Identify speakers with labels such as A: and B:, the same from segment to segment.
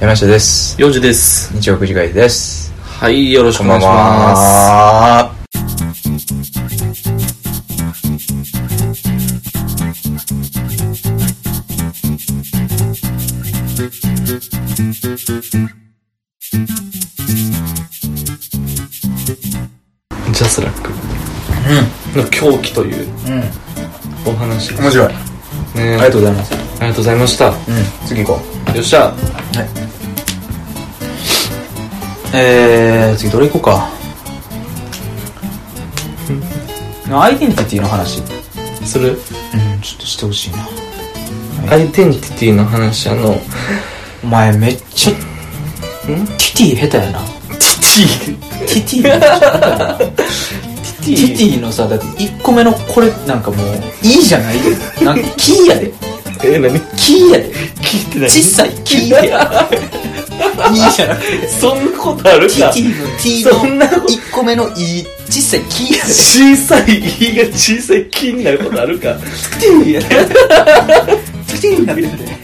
A: 山下です
B: 4時です
A: 日曜9時会です
B: はいよろしく
A: こ
B: お
A: ん
B: 願
A: ば
B: い
A: ん
B: しま
A: は
B: すジャスラックの狂気という
A: うんうん
B: お話です
A: 面白い
B: ね
A: あ
B: あ
A: りがとうございます
B: りがとうございましたよ
A: うん次行こ
B: っしゃ
A: うはいえー、次どれ行こうかアイデンティティの話うん
B: それ
A: ちょっとしてほしいな
B: アイデンティティの話あの
A: お前めっちゃんティティ下手やな
B: ティ
A: ティティ
B: ティ
A: ティティのさだって1個目のこれなんかもういいじゃないなんかキーやで
B: え何
A: キーやで
B: 聞いてない
A: 小さいキーやいいじゃなくて
B: そんなことある
A: ティ
B: か
A: ティの
B: そ
A: T
B: ん
A: の
B: なこと
A: 1個目の E 小さいキーやで
B: 小さい「い」が小さい「き」になることあるか
A: ティやでティになってるで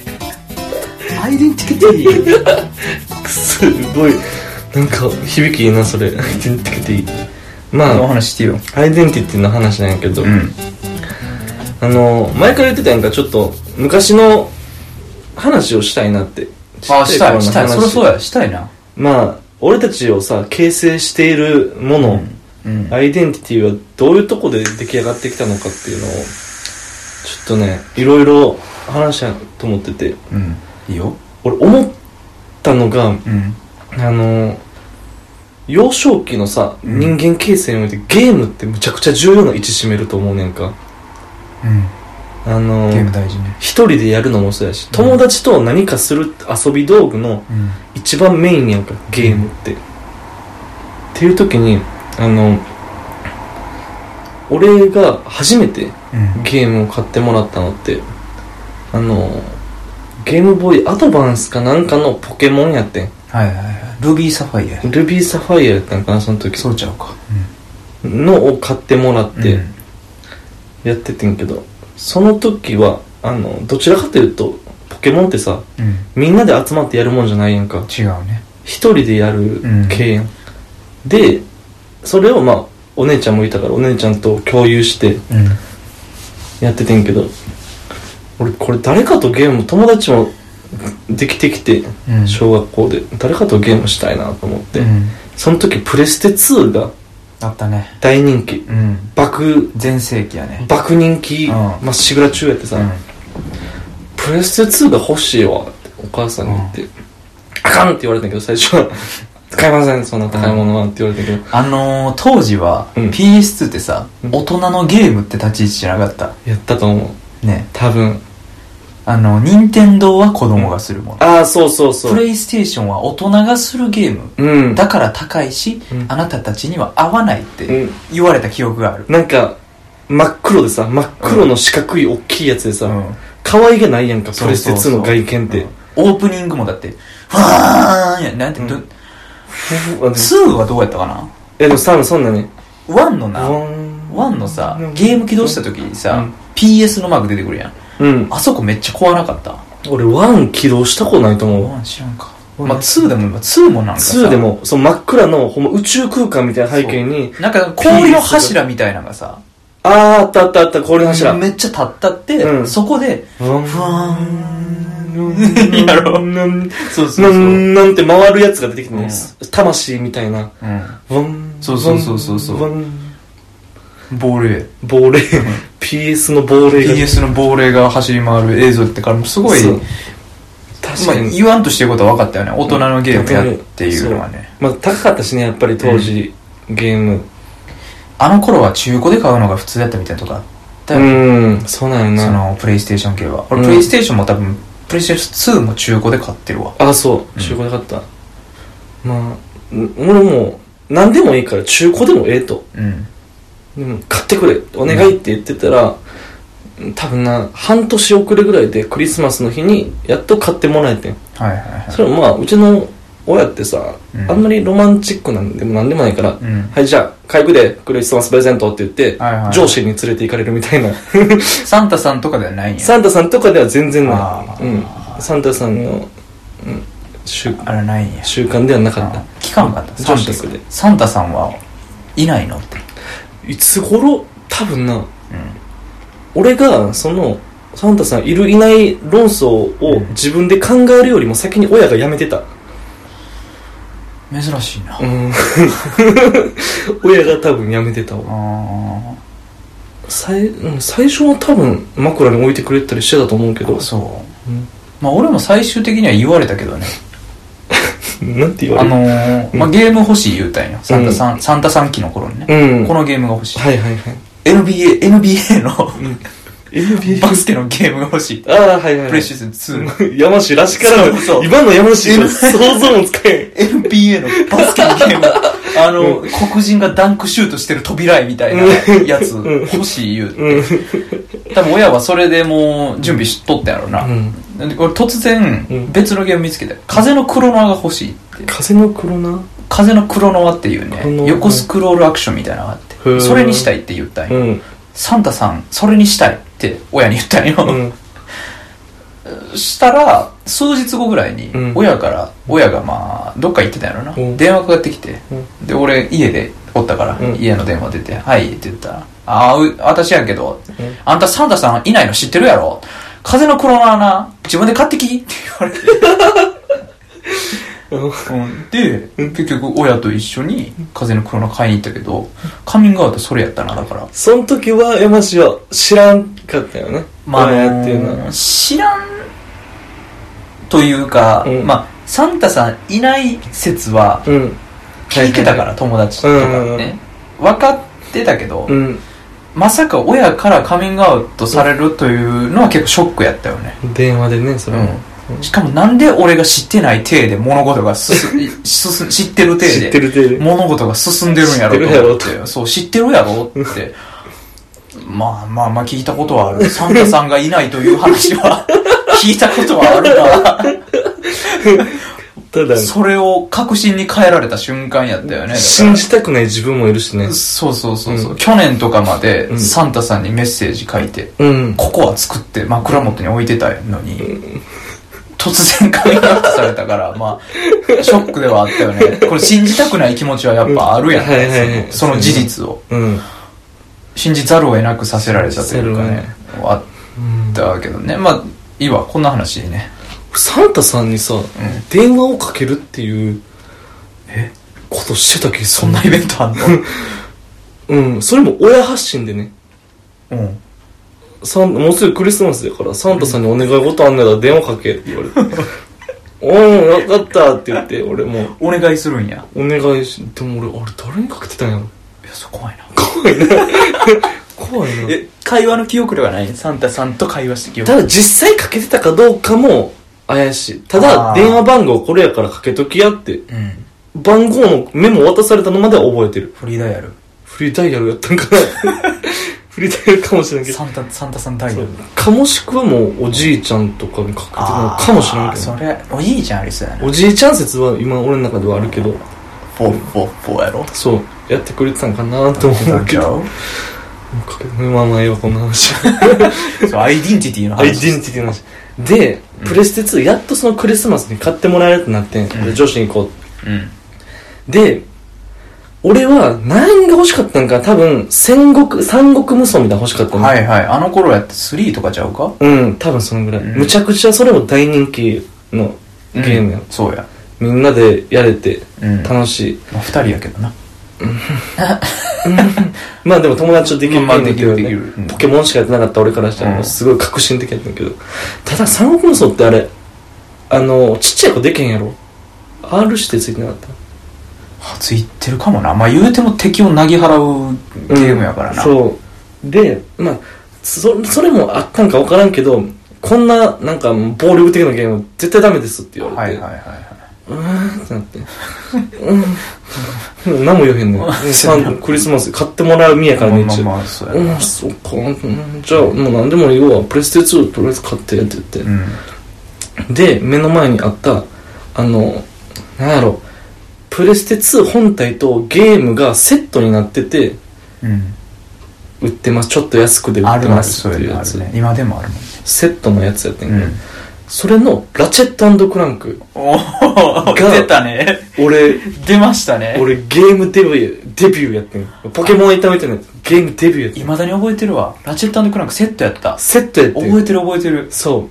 A: アイデンティティ
B: すごいなんか響きいいなそ れアイデンティティまあ
A: 話してよ
B: アイデンティティの話なんやけど、
A: うん
B: あの前から言ってたやんかちょっと昔の話をしたいなって
A: あしたい
B: ち
A: し
B: っち
A: た
B: ゃ
A: い
B: い頃の話
A: そりゃそうやしたいな
B: まあ俺たちをさ形成しているもの、
A: うん
B: アイデンティティはどういうとこで出来上がってきたのかっていうのをちょっとねいろいろ話したいと思ってて
A: うんいいよ
B: 俺思ったのが
A: うん
B: あの幼少期のさ、
A: うん
B: 人間形成においてゲームってむちゃくちゃ重要な位置占めると思うねんかあの
A: ゲーム大事ね
B: 一人でやるのもそうやし
A: ん
B: 友達と何かする遊び道具の
A: うん
B: 一番メインやんかゲームって、っていう時にあの俺が初めて
A: うん
B: ゲームを買ってもらったのってあのゲームボーイアドバンスかなんかのポケモンやってん
A: はいはいはいルビーサファイア
B: ルビーサファイアやったんかなその時
A: そうちゃうか
B: のを買ってもらっ
A: うん
B: てやっててんけど、その時はあのどちらかというとポケモンってさ
A: うん
B: みんなで集まってやるもんじゃないやんか
A: 違うね
B: 一人でやる
A: うん
B: 系やん、でそれをまあお姉ちゃんもいたからお姉ちゃんと共有して
A: うん
B: やっててんけど俺これ誰かとゲーム友達もできてきて
A: うん
B: 小学校で誰かとゲームしたいなと思って、
A: うん
B: その時プレステ2が
A: あったね
B: 大人気
A: うん
B: 爆
A: 全盛期やね
B: 爆人気
A: うん
B: まっしぐら中やってさ、プレステ2が欲しいわってお母さんに言って、あかんって言われたんやけど最初は使いませんそんな高いものはって言われたけど、
A: あのー、当時は
B: うん
A: PS2 ってさ、
B: うん
A: 大人のゲームって立ち位置じゃなかった
B: やったと思う
A: ね
B: 多分
A: あの任天堂は子供がするもの、
B: ああそうそうそ
A: プ
B: う
A: レイステーションは大人がするゲーム
B: うん
A: だから高いし、
B: うん
A: あなたたちには合わないっ
B: う
A: て
B: ん
A: 言われた記憶がある、
B: なんか真っ黒でさ真っ黒の四角い大きいやつでさ、
A: うん
B: 可愛げないやんかプ
A: そう
B: レステ
A: そうそう
B: 2の外見って
A: うんオープニングもだって「わーん!」やなんて、
B: うん
A: ど
B: ふふあの
A: 2はどうやったかな
B: えでもさそんなに
A: 1のな
B: ワ
A: 1のさゲーム起動した時にさ、
B: うん
A: PS のマーク出てくるやん
B: うん
A: あそこめっちゃ怖なかった
B: 俺ワン起動したことないと思う
A: 1知らんか
B: うん
A: まあ2でも今2もなんかさ
B: 2でもその真っ暗のほんま宇宙空間みたいな背景に
A: なんか氷の柱みたいなのがさ
B: あーあったあったあった氷の柱
A: めっちゃ立ったって、
B: うん
A: そこでふわーんやろ
B: なん
A: そうそ
B: な
A: うそう、
B: んなんて回るやつが出てきてね、
A: う
B: 魂みたいな
A: う
B: ワン
A: そうそうそうそうそう
B: ワン
A: ん、亡霊
B: 亡霊 PS の亡霊が
A: PS の亡霊が走り回る映像ってからすごい、
B: そう確
A: まあ
B: か、に、
A: 言わんとしてることは分かったよね大人のゲームやっていうのはね、
B: まあ、高かったしねやっぱり当時、ゲーム
A: あの頃は中古で買うのが普通だったみたいなとかあった
B: う
A: よね、
B: んそうなんや
A: そ
B: な
A: のプレイステーション系は俺、
B: うん
A: プレイステーションも多分プレイステーション2も中古で買ってるわ
B: あそう
A: うん
B: 中古で買った、まあうん俺も何でもいいから中古でもええと
A: うん
B: でも買ってくれお願いって言ってたら、多分な半年遅れぐらいでクリスマスの日にやっと買ってもらえてん
A: はいはいはい
B: それもまあうちの親ってさ、
A: うん
B: あんまりロマンチックなんでも何でもないから、
A: うん
B: はいじゃあ買い具でクリスマスプレゼントって言って、
A: はいはい
B: 上司に連れて行かれるみたいな
A: サンタさんとかではないんや
B: サンタさんとかでは全然
A: あ
B: な
A: ー
B: い、うん、サンタさんの、うん週
A: あれないんや
B: 週間ではなかった
A: 聞かんかったサン
B: 女子
A: タさ
B: 宅で
A: んサンタさんはいないのって
B: いつ頃多分な
A: うん
B: 俺がそのサンタさんいるいない論争を自分で考えるよりも先に親がやめてた
A: 珍しいな、
B: う
A: あ
B: ん 親が多分やめてたわ
A: あ
B: 最,、うん、最初は多分枕に置いてくれたりしてたと思うけど
A: ーそう
B: うん
A: まあ俺も最終的には言われたけどね
B: なんて言わ
A: あ
B: れる
A: のーまあ、ゲーム欲しい言うたんよサンタさん、サンタさん期の頃にね、
B: うん
A: このゲームが欲しい、
B: はいはいはい
A: NBA, NBA の
B: NBA
A: バスケのゲームが欲しい
B: ああはいはい、はい、
A: プレシーズン2
B: 山氏らしから
A: そ
B: ぬ
A: うそう
B: 今の山氏の想像もつかへん
A: NBA のバスケの ゲームあの、黒人がダンクシュートしてる扉絵みたいなやつ欲しい言うて、
B: うん
A: 多分親はそれでもう準備しとったんやろな、
B: うん
A: で俺突然
B: うん
A: 別のゲーム見つけて「風のクロノア」が欲しいって
B: 風の黒な
A: 「風のクロノア」っていう
B: クロノ
A: ね
B: ア
A: 横スクロールアクションみたいなのがあっ
B: へ
A: て
B: ー
A: それにしたいって言ったんよ、
B: うん
A: サンタさんそれにしたいって親に言ったんよ、
B: うん
A: したら数日後ぐらいに
B: うん
A: 親から、親がまあどっか行ってたんやろな、
B: うん
A: 電話かかってきて、
B: う
A: で俺家でおったから、
B: うん
A: 家の電話出て「はい」って言ったら「ああう私やけど、
B: うん
A: あんたサンタさんいないの知ってるやろ風の黒の穴自分で買ってき」って言われて、うん、で結局親と一緒に風の黒の買いに行ったけどカミングアウトそれやったなだから
B: その時は山氏は知らんかったよね
A: まあ、
B: 親っていうのは
A: 知らんというか、
B: うん
A: まあサンタさんいない説は
B: うん
A: 聞いてたから友達とかね、分かってたけど、
B: うん
A: まさか親からカミングアウトされるというのは結構ショックやったよね、
B: 電話でねそれも、
A: うん、しかもなんで俺が知ってない体で物事が 進み進知ってる体
B: 知っ
A: で
B: てる程度
A: 物事が進んでるんやろ
B: 知ってるやろ
A: と思ってそう知ってるやろってまあまあまあ聞いたことはある サンタさんがいないという話は聞いたことはある
B: ただ
A: がそれを確信に変えられた瞬間やったよねだから
B: 信じたくない自分もいるしね
A: そうそうそうそう、
B: うん
A: 去年とかまで
B: うん
A: サンタさんにメッセージ書いて、
B: うん
A: ここは作って枕元に置いてたのに、突然カミングアウトされたから、まあ、ショックではあったよね。これ信じたくない気持ちはやっぱあるやん、
B: うんはいはいはい
A: その事実を。
B: うん
A: 信じざるを得なくさせられたというかね
B: 信、
A: あったけどね。まあ、いいわ、こんな話ね。
B: サンタさんにさ、電話をかけるっていうことしてた気
A: そ
B: そ
A: んなイベントあ んの
B: うんそれも親発信でね
A: うん。
B: サンもうすぐクリスマスだからサンタさんにお願い事あんねやら電話かけって言われ て「うん分かった」って言って俺も
A: お願いするんや。
B: お願いしでも俺あれ誰にかけてたんやろ
A: いや、そこ怖いな。
B: 怖い な
A: え、会話の記憶ではないサンタさんと会話した記憶
B: た。だ実際かけてたかどうかも怪しいた
A: あ
B: だ
A: ー
B: 電話番号これやからかけときやって
A: うん。
B: 番号のメモ渡されたのまでは覚えてる
A: フリーダイヤル。
B: フリーダイヤルやったんか なフリーダイヤルかもしれんけど
A: サンタ、サンタさんダイヤ
B: そう
A: ル。
B: かもしくはもうおじいちゃんとかにかけてたのかもしれん
A: あー
B: け
A: そ
B: ど
A: れ、おじいちゃんありそうやな。
B: おじいちゃん説は今俺の中ではあるけど
A: フォーフォーフォーやろ
B: そうやってくれてたんかなと思うけどかけまあまあよこんな話
A: そう、アイデンティティの
B: アイ
A: 話。
B: デンティティの話でプレステ2やっとそのクリスマスに買ってもらえるってなってん、
A: ん
B: で女子に行こうって
A: うん。
B: で、俺は何が欲しかったんか、多分、戦国、三国無双みたいなの欲しかったの。
A: はいはい。あの頃やって3とかちゃうか
B: うん、多分そのぐらい。
A: うん
B: むちゃくちゃそれも大人気のゲームや、
A: うんそうや。
B: みんなでやれて、
A: うん。まあ
B: 楽しい。
A: 2人やけどな。
B: まあでも友達とできる
A: まあ
B: ゲームだよね
A: できるできるうん
B: ポケモンしかやってなかった俺からしたら、
A: うん
B: すごい革新的やったんやけど。ただ、三国無双ってあれ、あの、ちっちゃい子でけへんやろ ?R してついてなかった
A: あついてるかもな。まあ言うても敵をなぎ払うゲームやからな。
B: そうでまあそそれもあったんか分からんけどこんななんか暴力的なゲーム絶対ダメですって言わ
A: は
B: れ
A: い
B: て、
A: はいはいは
B: うーんってなってうん何も言えへんねん サンクリスマス買ってもらう身やから
A: い。
B: ね
A: まあ
B: 一応
A: まあまあ、そうや
B: う
A: な。
B: んそっか、うんじゃあもう何でもいいわプレステ2とりあえず買ってって言って、
A: うん。
B: で目の前にあったあのなんやろプレステ2本体とゲームがセットになってて
A: うん。
B: 売ってますちょっと安くで売
A: あ
B: って
A: るあ
B: ま
A: る、
B: す
A: そ
B: っ
A: う
B: てい
A: いううの
B: や
A: あ
B: つ
A: るね。今でもあるもんね。
B: セットのやつやってんけど、
A: うん
B: それのラチェットクランク
A: おお
B: が
A: 出たね。
B: 俺
A: 出ましたね。
B: 俺ゲームデビューデビューやってんポケモン炒めてんのやつゲームデビューやってん
A: 未だに覚えてるわ。ラチェットクランクセットやった。
B: セットやってん
A: 覚えてる覚えてる。
B: そう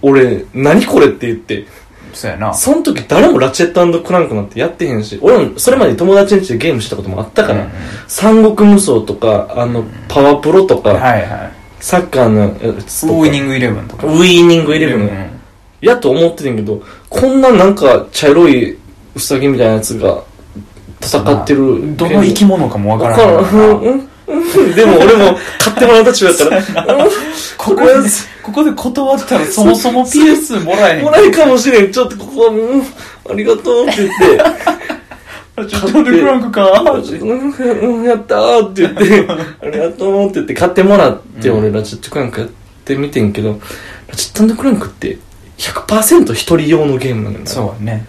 B: 俺何これって言って
A: そうやな。
B: その時誰もラチェットクランクなんてやってへんし俺もそれまで友達ん家でゲームしたこともあったから、
A: うん
B: 三国無双とかあのパワープロとか、
A: はいはい。
B: サッカーのやつとか
A: ウイニングイレブンとか。
B: ウイニングイレブン、
A: うん
B: やと思っててんけどこんななんか茶色いウサギみたいなやつが戦ってる
A: どの生き物かもわからない
B: うんうんうんでも俺も買ってもらう立場 やったらうん
A: ここで、ここで断ったらそもそも PS もらえへん。
B: もらえるかもしれんちょっとここはうんありがとうって言って
A: ちょっとクランクか。
B: うん、うん、やったーって言って、ありがとうって言って買ってもらって、俺ラチェットクランクやってみてんけど、ラチェットクランクって100%一人用のゲームなのよ。
A: そうやね。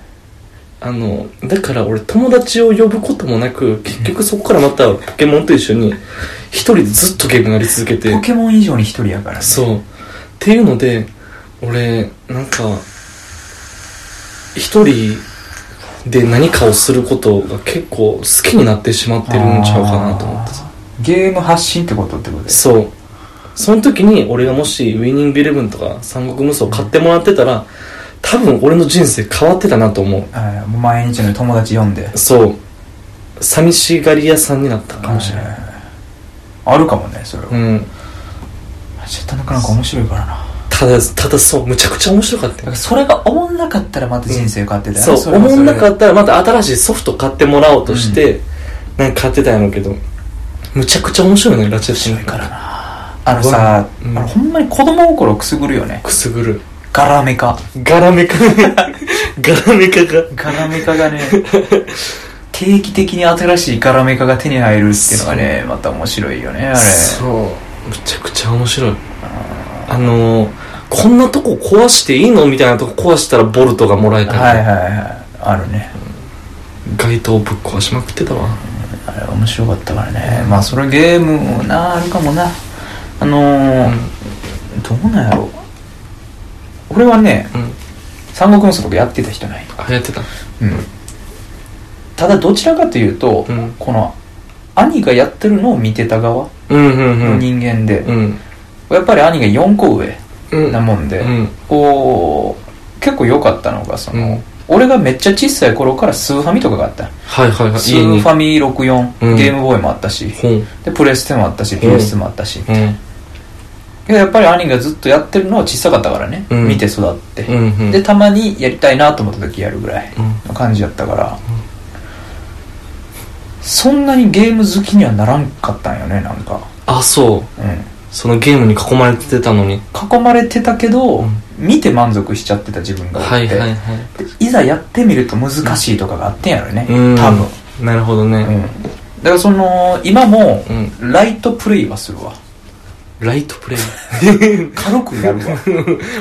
B: あの、だから俺友達を呼ぶこともなく、結局そこからまたポケモンと一緒に、一人でずっとゲームやり続けて
A: ポ、ケモン以上に一人やからね。
B: そう。っていうので、俺、なんか、一人で何かをすることが結構好きになってしまってるんちゃうかなと思ってさ。
A: ゲーム発信ってことってことです。
B: そう。その時に俺がもしウィニングイレブンとか三国無双買ってもらってたら、多分俺の人生変わってたなと思う。
A: ああもう毎日のように友達読んで。
B: そう。寂しがり屋さんになったかもしれない。
A: い。あるかもね、それは
B: う。ん。
A: 絶対なかなか面白いからな。
B: ただ、ただそう、むちゃくちゃ面白かった
A: だ
B: よ
A: からそれが思んなかったらまた人生変わってたよね
B: そう、
A: れは
B: 思
A: れ
B: ん
A: で
B: なかったらまた新しいソフト買ってもらおうとして、なんか買ってたんやろうけど、むちゃくちゃ面白いね、ラチェット。面白いからな。
A: あのさ、
B: うん
A: あのほんまに子供心をくすぐるよね。
B: くすぐる。
A: ガラメカ。
B: ガラメ カ、ガラメカが。
A: ガラメカが ね、定期的に新しいガラメカが手に入るっていうのがね、また面白いよね、あれ。
B: そうむちゃくちゃ面白いあのー、こんなとこ壊していいのみたいなとこ壊したらボルトがもらえたり、
A: はいはいはい。あるね。
B: 街灯ぶっ壊しまくってたわ
A: あれ面白かったからね。まあそれゲームもな、あるかもな。あのー、どうなんやろう。俺はね、
B: うん
A: 三国無双とかやってた人ない。
B: あやってた
A: ただどちらかというと、
B: うん
A: この兄がやってるのを見てた側
B: うんうんう
A: の
B: ん
A: 人間で、
B: うん
A: やっぱり兄が4個上
B: うん
A: なもんで、
B: うん
A: こう結構良かったのがその、
B: うん
A: 俺がめっちゃ小さい頃からスーファミとかがあった
B: はいはいはい
A: スーファミ64、
B: うん
A: ゲームボーイもあったし
B: 本
A: でプレステもあったし PS もあったし、
B: うん
A: けどやっぱり兄がずっとやってるのは小さかったからね、
B: うん
A: 見て育って、
B: うんうん
A: でたまにやりたいなと思った時やるぐらいの感じやったから、そんなにゲーム好きにはならんかったんよねなんか、
B: あそう
A: う
B: そのゲームに囲まれてたのに
A: ん、囲まれてたけど、
B: うん
A: 見て満足しちゃってた自分がおって、
B: はいはいはい
A: でいざやってみると難しいとかがあってんやろね、
B: うん
A: 多分、
B: なるほど
A: う
B: ね
A: ん、だからその今も
B: う、ん
A: ライトプレイはするわ
B: ライトプレイ
A: 軽くやるわ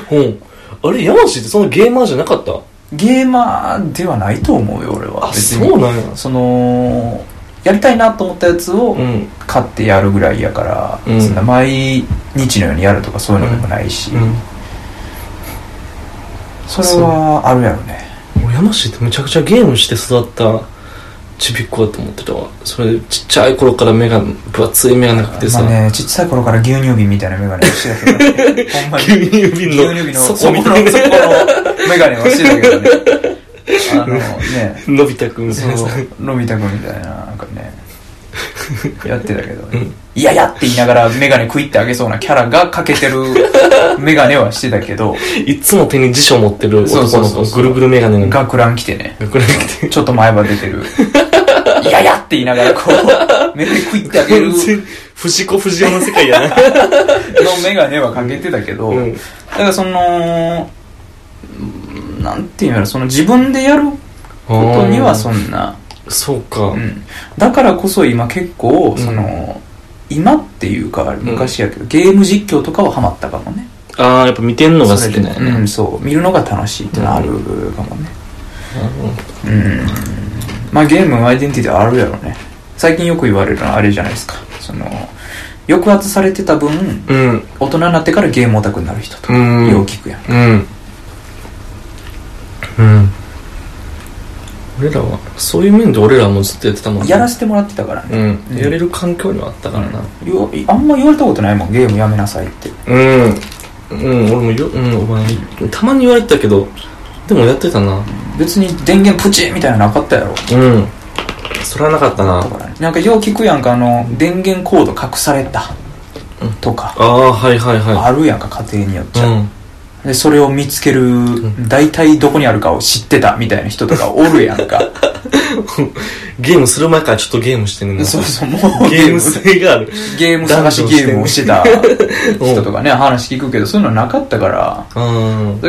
B: 本あれ山氏ってそのゲーマーじゃなかった
A: ゲーマーではないと思うよ俺は
B: あ
A: 別
B: そう
A: に
B: なんや
A: そのやりたいなと思ったやつを、
B: うん
A: 買ってやるぐらいやから、
B: うん
A: そんな毎日のようにやるとかそういうのでもないし、
B: うん
A: それはあるやろね
B: 俺山氏ってむちゃくちゃゲームして育ったちびっ子だと思ってたわそれちっちゃい頃から目が分厚い目がなくて
A: ま
B: さ、
A: あねちっちゃい頃から牛乳瓶みたいな眼鏡をしてたけど、 ね、ほんまに
B: 牛乳瓶の
A: 牛乳瓶の
B: 底みたいな
A: そこの眼鏡をしてたけどねあのね
B: のび太くんみたいな
A: そ
B: さ
A: うのび太くんみたいななんかねやってたけど、ねいやいやって言いながら眼鏡食いってあげそうなキャラがかけてる眼鏡はしてたけど
B: いつも手に辞書持ってる男
A: そう
B: の
A: そうそう
B: 子
A: そう
B: ぐるぐる眼鏡の
A: 学ラン来てね
B: 学ラン着て
A: ちょっと前歯出てる。いやいやって言いながらこう、目で食いってあげる
B: 全
A: の
B: 然藤子不二雄の世界 やな
A: メガネはかけてたけど、
B: うん
A: だからその、うんなんていうんやろ、その自分でやることにはそんな、
B: そうか、
A: うん。だからこそ今結構、
B: ん
A: その、今っていうか昔やけど、ゲーム実況とかはハマったかもね。
B: ああやっぱ見てんのが好きなんや
A: それ
B: ね
A: でうん、そう。見るのが楽しいっていうのはあるかもね。うん。まあゲームはアイデンティティあるやろね。最近よく言われるのはあれじゃないですか。その、抑圧されてた分、
B: うん
A: 大人になってからゲームオタクになる人とか、
B: うん
A: よう聞くやん。
B: うんうん俺らはそういう面で俺らはもうずっとやってたもん
A: やらせてもらってたからね、
B: う
A: う
B: ん、
A: ん
B: やれる環境にはあったからな
A: よあんま言われたことないもんゲームやめなさいって
B: うんうん、俺もよ、うん、お前たまに言われてたけどでもやってたな
A: 別に電源プチみたいなのなかったやろ
B: うんそれはなかったな
A: だからねなんかよう聞くやんかあの電源コード隠された
B: うん
A: とか、
B: ああはいはいは
A: あるやんか家庭によっ
B: い
A: ちゃ、
B: うん
A: でそれを見つける、大体どこにあるかを知ってたみたいな人とかおるやんか
B: ゲームする前からちょっとゲームしてんねんな
A: そうそうもう
B: ゲーム 性がある
A: ゲーム探しゲームをしてた人とかね話聞くけどそういうのなかったから
B: う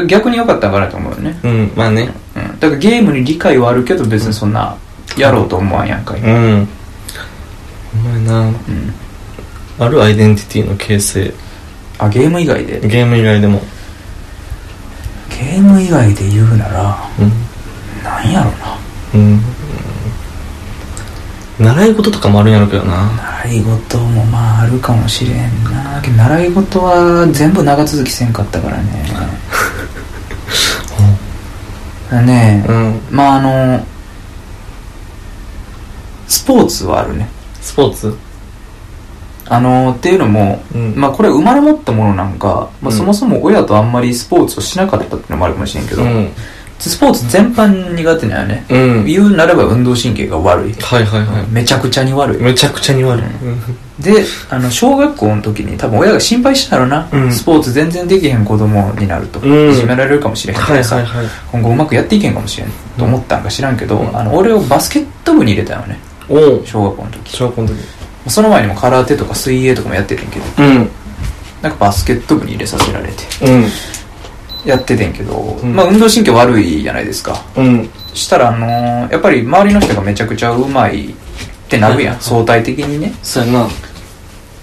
B: ん
A: 逆に良かったんかなと思うよね、
B: うんまあね
A: うん、だからゲームに理解はあるけど別にそんなやろうと思わんやんか今
B: うんお前な、あるアイデンティティの形成
A: あゲーム以外でゲ
B: ゲーム以外でも
A: ーム以外で言うなら
B: う
A: なんやろなん
B: うん習い事とかもあるんやろうけどな
A: 習い事もまああるかもしれんなけど習い事は全部長続きせんかったからねだね
B: うん
A: まああのスポーツはあるね
B: スポーツ
A: あのっていうのも、
B: うん
A: まあこれ生まれ持ったものなんか、まあ、
B: うん
A: そもそも親とあんまりスポーツをしなかったってのもあるかもしれんけど、
B: うん
A: スポーツ全般苦手なよね、
B: うん
A: 言うならば運動神経が悪い、
B: はいはいは
A: めちゃくちゃに悪い
B: いめちゃくちゃに悪いうん
A: であの小学校の時に多分親が心配したやろな、
B: うん
A: スポーツ全然できへん子供になると、
B: うん
A: いじめられるかもしれへんか
B: はい
A: らさ、
B: はいはい
A: 今後うまくやっていけんかもしれんと思ったんか知らんけど、あの俺をバスケット部に入れたよね
B: おう
A: 小学校の時
B: 小学校の時
A: その前にも空手とか水泳とかもやっててんけど
B: うん
A: なんかバスケット部に入れさせられて
B: うん
A: やっててんけど、
B: ん
A: まあ運動神経悪いじゃないですか
B: うん
A: したらあのーやっぱり周りの人がめちゃくちゃうまいってなるやん相対的にね
B: そうやな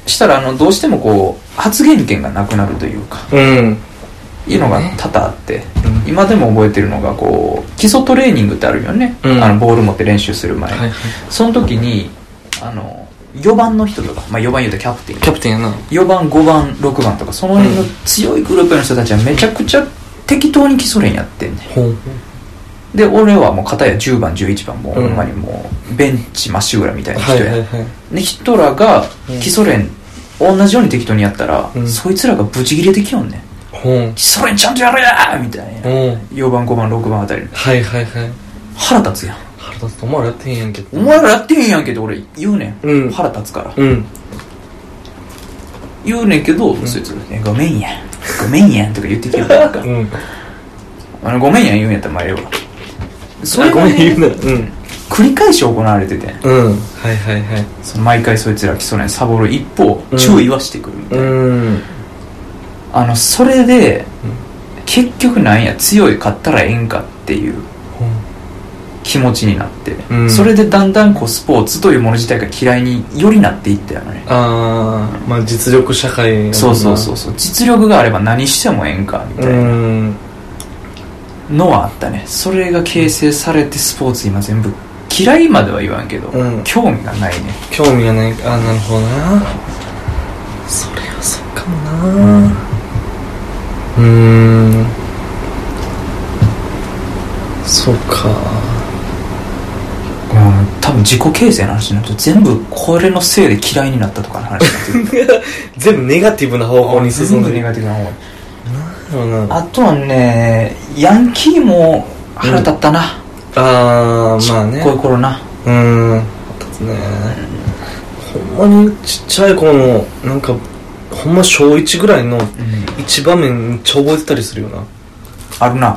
A: したらあのどうしてもこう発言権がなくなるというか
B: うん
A: いうのが多々あって、
B: うん
A: 今でも覚えてるのがこう基礎トレーニングってあるよね、
B: うん
A: あのボール持って練習する前、
B: はいはい
A: その時にあの4番の人とか、まあ、4番言うとキャプテン
B: キャプテンやな
A: 4番5番6番とかその辺の
B: うん
A: 強いグループの人たちはめちゃくちゃ適当に基礎練やってんね
B: ほう
A: で俺はもう片や10番11番もうほんまにもうベンチまっしぐらみたいな
B: はい
A: 人や、
B: はいはい
A: でヒトラーが基礎練同じように適当にやったら、
B: うん
A: そいつらがブチギレできよんね
B: ほう
A: 基礎練ちゃんとやれやみたいな、
B: おう
A: 4番5番6番あたりの
B: はいはいはい
A: 腹立つやん
B: 腹立つと思われてんやんけ
A: お
B: ど
A: 前らやってへんやんけど俺言うねん、
B: うん
A: 腹立つから
B: うん
A: 言うねんけど、そいつねごめんやごめんやとか言ってきよんねん か
B: うん
A: あのごめんや言うんやったらまあええわそ
B: あ
A: れ
B: ご
A: が、
B: めん言
A: ね
B: う、なうん
A: 繰り返し行われてて
B: うんはいはいはい
A: その毎回そいつら基礎練サボる一方
B: うん
A: 注意はしてくるみたいな、
B: うん
A: あのそれで、結局なんや強い勝ったらええんかっていう
B: ほう
A: 気持ちになって、
B: うん
A: それでだんだんこうスポーツというもの自体が嫌いによりなっていったよね
B: ああまあ実力社会やもんな
A: そうそうそうそう実力があれば何してもええんかみ
B: う
A: たいなんのはあったねそれが形成されてスポーツ今全部嫌いまでは言わんけど、
B: うん
A: 興味がないね
B: 興味がないあなるほどなそれはそうかもなうーんそうか
A: うん多分自己形成の話になると全部これのせいで嫌いになったとかの話に なってる
B: 全部ネガティブな方向に進
A: 全
B: ん
A: 部
B: で
A: ネ
B: る
A: ガティブな方
B: な
A: あとはねヤンキーも腹立ったな、
B: ああーまあね
A: こういう頃な
B: うーん腹立つねほんまにちっちゃい子のなんかほんま小1ぐらいの一場面めっちゃ覚えてたりするよな
A: あるな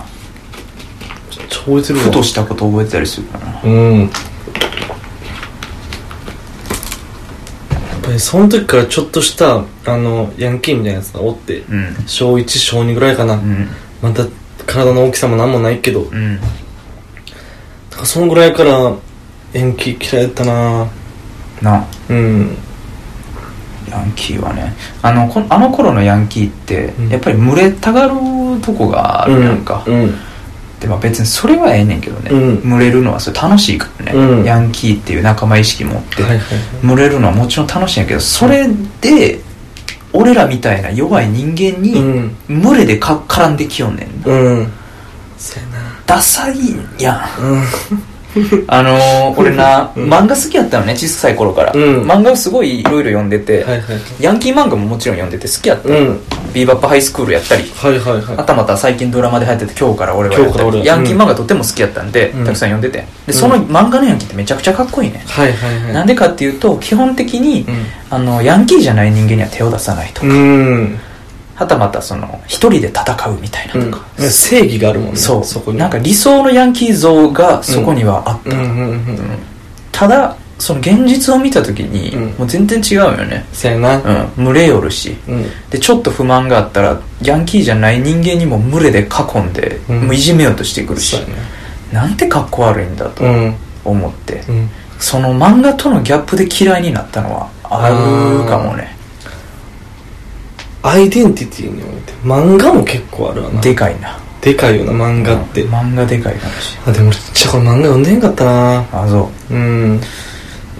B: ちょっと覚えてるわ
A: ふとしたこと覚えてたりするからな
B: うんやっぱりその時からちょっとしたあのヤンキーみたいなやつがおって、
A: うん
B: 小1小2ぐらいかな、
A: うん
B: また体の大きさもなんもないけどだ
A: うん
B: からそのぐらいから延期嫌いだったな
A: な
B: うん
A: ヤンキーはねあのこあの頃のヤンキーって、
B: うん
A: やっぱり群れたがるとこがあるやんか、
B: うん
A: でまあ別にそれはええねんけどね、
B: うん
A: 群れるのはそれ楽しいからね、
B: うん
A: ヤンキーっていう仲間意識持って、
B: はいはいはい
A: 群れるのはもちろん楽しいんやけどそれで俺らみたいな弱い人間
B: う
A: に
B: ん
A: 群れでか絡んできよんねんな
B: うんそやな
A: ダサいやん
B: うん。
A: あのー、俺な、漫画好きやったのね、小さい頃から。
B: うん
A: 漫画をすごいいろいろ読んでて、
B: はいはい。
A: ヤンキー漫画ももちろん読んでて好きやった。
B: うん。
A: ビーバップハイスクールやったり、
B: はいはいは
A: あたまた最近ドラマで流行ってて、今日から俺はやっ
B: 今
A: た
B: 日から
A: り
B: 俺は
A: ヤンキー漫画とても好きやったんで、
B: うん
A: たくさん読んでて。で、その漫画のヤンキーってめちゃくちゃかっこいいね。
B: い。はいはいはい。
A: なんでかっていうと、基本的に、あの、ヤンキーじゃない人間には手を出さないと
B: う
A: か、
B: ん。
A: はたまたその、一人で戦うみたいな
B: うん
A: とか。。
B: 正義があるもんね。
A: そう、
B: そこに。
A: なんか、理想のヤンキー像がそこにはあっ
B: うんうんうん。
A: ただその現実を見た時に、
B: うん
A: もう全然違うよね
B: せやな。
A: うん群れ寄るし
B: うん。
A: でちょっと不満があったらヤンキーじゃない人間にも群れで囲んで、
B: うん
A: もういじめようとしてくるし
B: そうやね。
A: なんてかっこ悪いんだと
B: うん。
A: 思って、
B: うん。
A: その漫画とのギャップで嫌いになったのはあるかもね
B: アイデンティティにおいて、漫画も結構あるわな。
A: でかいな
B: でかいよな、漫画って。
A: 漫画でかいかもしれない
B: あ、でも俺、ちゃこれ漫画読んでへんかったな
A: あそう
B: うん。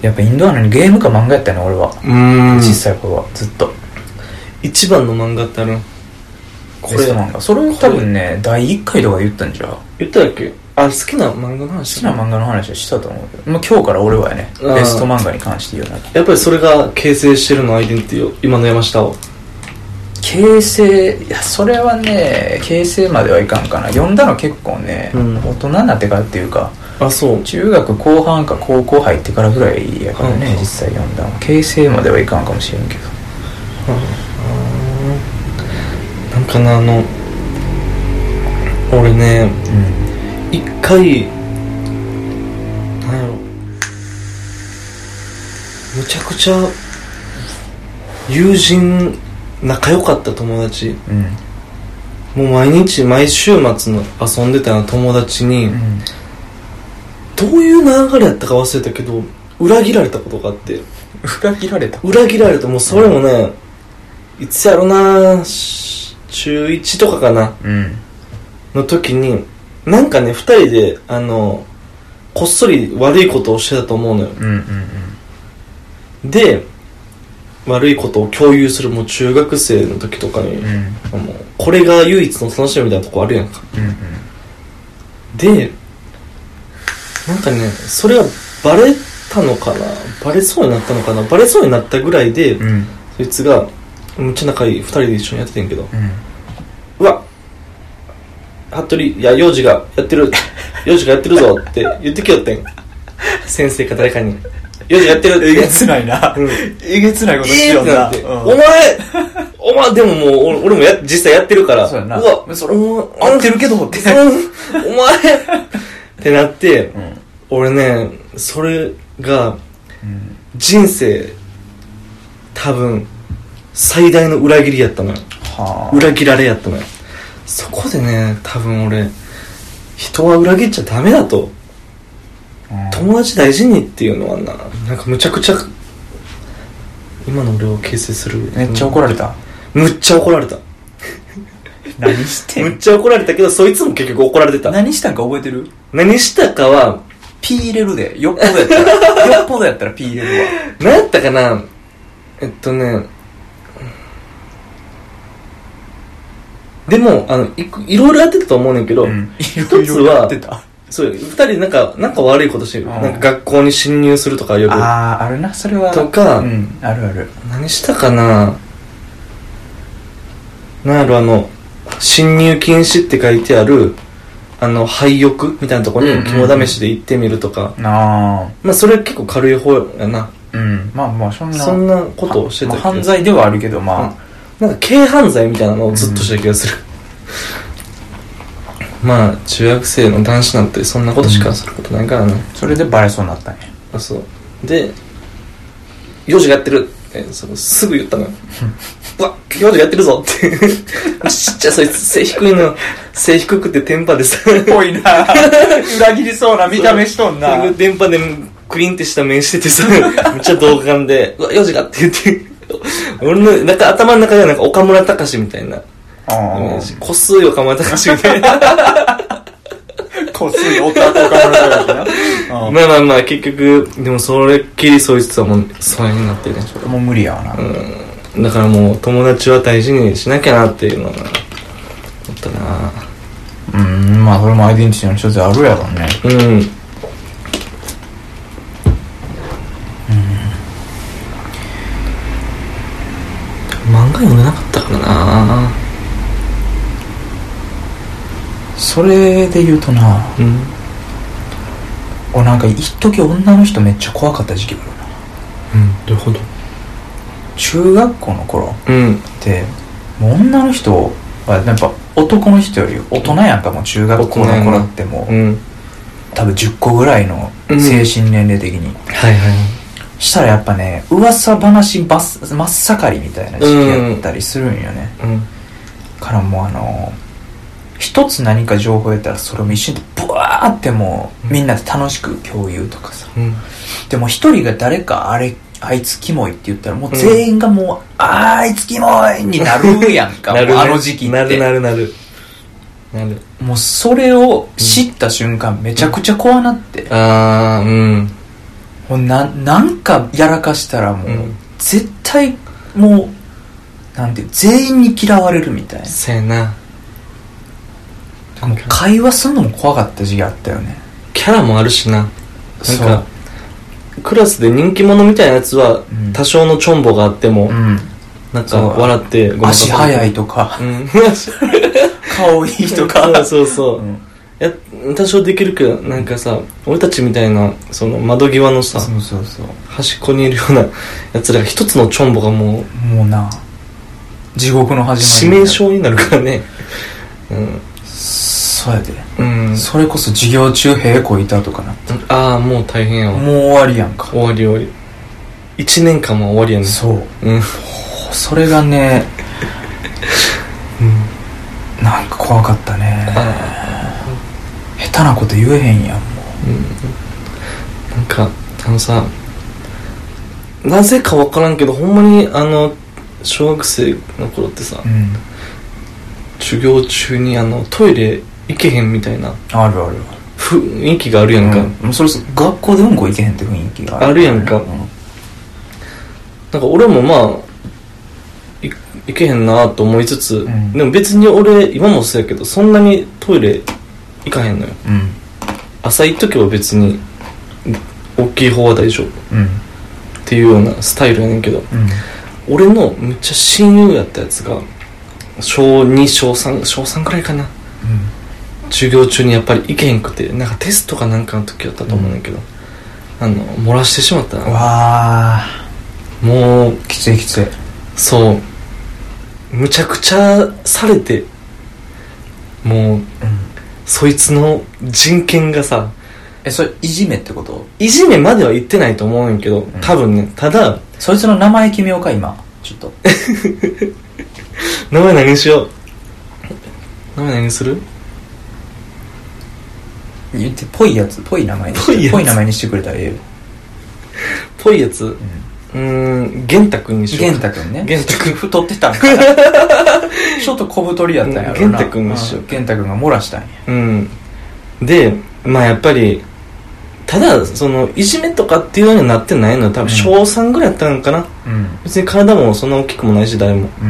A: やっぱインドアなのにゲームか漫画やったね俺は、
B: うん。
A: 小さい頃はずっと
B: 一番の漫画ってあるこ
A: ベス
B: れ
A: ト、漫画それを多分ね第1回とか言ったんじゃう
B: 言ったっけあ、好きな漫
A: 好
B: 画の話
A: きな漫画の話はしたと思うけど、まあ、今日から俺はやね
B: うん
A: ベスト漫画に関して言うなら
B: やっぱりそれが形成してるの、アイデンティティを。今の山下を。
A: 形成いやそれはね形成まではいかんかな読んだの結構ね、
B: うん
A: 大人になってからっていうか
B: あ、そう。
A: 中学後半か高校入ってからぐらいやからね、
B: うん
A: 実際読んだの形成まではいかんかもしれんけど
B: なんかな、あの、俺ね、
A: うん
B: 一回なんやろむちゃくちゃ友人仲良かった友達
A: うん
B: もう毎日毎週末の遊んでたような友達に、
A: うん
B: どういう流れやったか忘れたけど裏切られたことがあって
A: 裏切られた
B: 裏切られたもうそれもね、いつやろなし中1とかかな
A: うん
B: の時になんかね二人であのこっそり悪いことをしてたと思うのよ
A: うんうん
B: で悪いことを共有するもう中学生の時とかに、
A: うんうん
B: あのこれが唯一の楽しみみたいなとこあるやんか
A: うん
B: でなんかねそれはバレたのかなバレそうになったのかなバレそうになったぐらいで、
A: うんうん
B: そいつがめっちゃ仲いい二人で一緒にやっててんけど
A: うん
B: うわ服部いや幼児がやっ てる幼児がやってるぞって言ってきよってん先生か誰かに幼児やってるって
A: えげつないな、
B: うん
A: えげつないことし
B: えー
A: よ
B: っ
A: う
B: てな
A: な
B: って、
A: うん
B: お前お前でももう俺俺もや実際やってるから
A: そうやな
B: わ
A: それ
B: お前
A: 合ってるけどって
B: うんお前ってなって
A: うん
B: 俺ねそれが
A: うん
B: 人生多分最大の裏切りやったのよ
A: はあ
B: 裏切られやったのよそこでね多分俺人は裏切っちゃダメだと
A: うん
B: 友達大事にっていうのはななんかむちゃくちゃ今の俺を形成する
A: めっちゃ怒られた
B: むっちゃ怒られた
A: 何して
B: むっちゃ怒られたけどそいつも結局怒られてた
A: 何したんか覚えてる
B: 何したかは
A: ピー入れるでよっぽどやったらよっぽどやったらピー入れるわ
B: 何やったかなえっとねでもあのいくいろいろやってたと思うねんけど、
A: 一
B: つは
A: た
B: そう二人なんかなんか悪いことしてる
A: あー
B: なんか学校に侵入するとかよく
A: あああるなそれは
B: とか
A: うんあるある
B: 何したかななんやろあの侵入禁止って書いてあるあの廃屋みたいなところ
A: うんう
B: に
A: んう
B: 肝
A: ん
B: 試しで行ってみるとか、
A: なあ
B: まあそれ結構軽い方やな
A: うんまあまあそんな
B: そんなことをしてた
A: ま
B: け
A: あ
B: ど
A: 犯罪ではあるけどま
B: なんか軽犯罪みたいなのをずっとしてる気がする、 まあ中学生の男子なんてそんなことしかすることないからね、
A: あそれでバレそうになったね
B: あそうで幼児がやってるってそのすぐ言ったの ようわ幼児がやってるぞって ちっちゃいそいつ背低いの背低くて天パでさ
A: ぽいな 裏切りそうな見た目しとんな
B: それ電波でクインってした面しててさ、 めっちゃ同感で、うわ、4時かって言って、俺の、なんか頭の中ではなんか岡村隆史みたいな、イメ
A: あ
B: ージこっそい岡村隆史みたいな。
A: こすい男がられな
B: まあまあまあ、結局、でもそれっきりそういつはもう、疎遠になってね。
A: それも無理やわな
B: だからもう友達は大事にしなきゃなっていうのはな思ったな
A: うんまあそれもアイデンティティの一つであるやろうね
B: うん漫画読んでなかったからな
A: それで言うとな
B: うん
A: 俺なんか一時女の人めっちゃ怖かった時期があるな
B: うんどういうこと
A: 中学校の頃
B: うん
A: ってもう女の人はやっぱ男の人より大人やんかもう中学校の頃ってもう
B: うん
A: 多分10個ぐらいの
B: うん
A: 精神年齢的に、
B: はいはい
A: したらやっぱね噂話ばっ真っ盛りみたいな時期やったりするんよね、
B: うん
A: からもうあの一つ何か情報得たらそれも一瞬でブワーってもうみんなで楽しく共有とかさ
B: うん
A: でも一人が誰かあれあいつキモいって言ったらもう全員がもう、あいつキモいになるやんか
B: なる
A: もう
B: ね
A: あの時期って
B: なるなるなるなる
A: もうそれを知った瞬間めちゃくちゃ怖なって、
B: ああうん
A: もうななんかやらかしたらもう、
B: うん
A: 絶対もうなんていう全員に嫌われるみたいな
B: せやな
A: もう会話すんのも怖かった時期あったよね
B: キャラもあるしななん
A: そう
B: かクラスで人気者みたいなやつは
A: うん
B: 多少のチョンボがあっても、
A: うん
B: なんか
A: そう
B: 笑ってごまか
A: 足速い
B: い
A: とか
B: うん
A: 顔いいと
B: そう
A: か
B: そうそう、
A: うん
B: や多少できるけどなんかさ俺たちみたいなその窓際のさ
A: そうそうそう
B: 端っこにいるようなやつらが一つのチョンボがもう
A: もうな地獄の始
B: 致
A: まり
B: 命傷になるからね
A: そうやで、
B: うん、うん、
A: それこそ授業中屁こいたとかな
B: ああもう大変やわ
A: もう終わりやんか
B: 終わり終わり一年間も終わりやね
A: そう
B: うん
A: それがね、なんか怖かったね下手なこと言えへんやんも
B: なんかあのさなぜかわからんけどほんまにあの小学生の頃ってさ
A: う、うん、
B: 授業中にあのトイレ行けへんみたいな
A: あるある
B: 雰囲気があるやんか、
A: うんもうそれこそ学校でうんこ行けへんって雰囲気が
B: あるやんか
A: う
B: なんか俺もまあい行けへんなと思いつつ、
A: ん
B: でも別に俺今もそうやけどそんなにトイレ行かへんのよ
A: うん
B: 朝行っとけば別に大きい方は大丈夫っ
A: うん
B: ていうようなスタイルやねんけど
A: うん
B: 俺のめっちゃ親友やったやつが小2小3小3くらいかな授業中にやっぱり行けへんくてなんかテストかなんかの時やったと思うねんだけど、あの漏らしてしまった
A: うん
B: な
A: わあ
B: もう
A: きついきつい
B: そうむちゃくちゃされてもうそいつの人権がさ
A: えそれいじめってこと
B: いじめまでは言ってないと思うんやけど多分ねただ
A: そいつの名前決めようか今ちょっと
B: 名前何にしよう名前何にする
A: 言ってぽいやつぽい名前に
B: ぽい
A: して
B: やつ
A: ぽい名前にしてくれたらええよ
B: ぽいやつうーん玄太くんにしよう
A: 玄太くんね
B: 玄太くん
A: 太って たんかちょっと小太りやったんやろな
B: 玄太くん一緒
A: う玄太くんが漏らしたんや
B: うんでまあやっぱりただそのいじめとかっていうのにはなってないのよ多分小3ぐらいやったんかな、
A: うん
B: 別に体もそんな大きくもないし誰も
A: う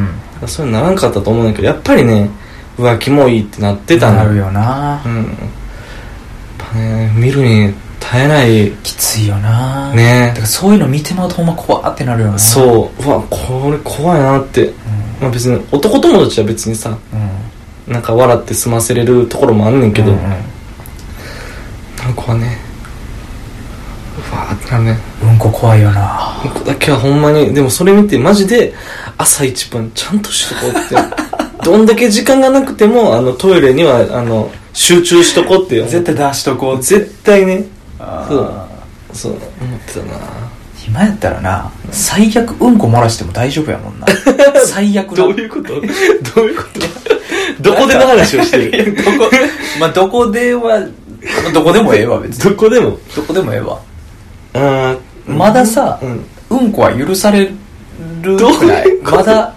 A: ん
B: そういうのならんかったと思うんだけどやっぱりね浮気もいいってなってた
A: な
B: の
A: るよな
B: うんやっぱね見るに耐えない
A: きついよなだ
B: ね
A: からそういうの見てまうとほんま怖ってなるよなう
B: そううわこれ怖いなって、まあ、別に男友達は別にさ
A: うん
B: なんか笑って済ませれるところもあんねんけど、
A: うんうん
B: なんかねうわーってなるね
A: うんこ怖いよな
B: ここだけはほんまにでもそれ見てマジで朝一番ちゃんとしとこうって どんだけ時間がなくてもあのトイレにはあの集中しとこうって
A: 絶対出しとこう
B: 絶対ね
A: あ
B: そう思ってたな
A: ー今やったらな最悪うんこ漏らしても大丈夫やも んな最悪な
B: どういうことどういうことどこでの話をしてる
A: どこ まあどこではまあどこでもええわ別に
B: どこでも
A: どこでもええわ
B: あー
A: まださ
B: うん
A: うんこは許されるくら
B: どう
A: い
B: いうこと
A: まだ、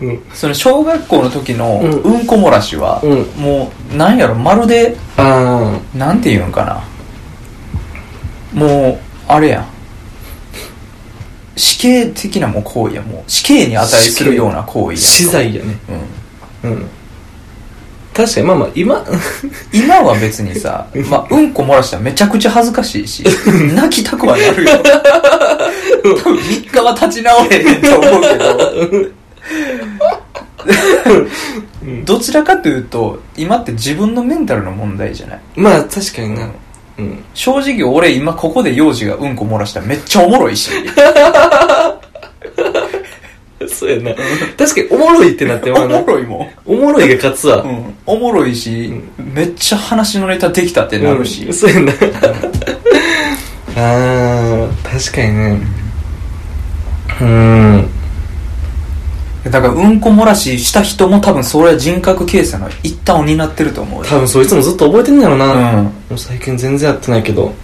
B: うん
A: その小学校の時の
B: うん
A: うんこ漏らしは、
B: うん
A: もうなんやろまるで
B: あ
A: なんて言うんかなもうあれやん死刑的なもう行為やもう死刑に値するような行為
B: あ
A: やん
B: 資材やね
A: うん
B: うん確かにまあまあ今
A: 今は別にさ、まあ、うんこ漏らしたらめちゃくちゃ恥ずかしいし、泣きたくはなるよ。多分3日は立ち直れへんと思うけど。どちらかというと、今って自分のメンタルの問題じゃない。
B: まあ確かになうん
A: 正直俺今ここで幼児がうんこ漏らしたらめっちゃおもろいし。
B: そうやな確かにおもろいってなって
A: お
B: まうな
A: もろいもん。
B: おもろいが勝つわ、
A: うん、おもろいし、めっちゃ話のネタできたってなるし、
B: うんそうやな あー確かにねうん
A: だからうんこ漏らしした人も多分それは人格形成の一端を担ってると思うよ
B: 多分そいつもずっと覚えてんだろうな、も
A: う
B: う最近全然やってないけど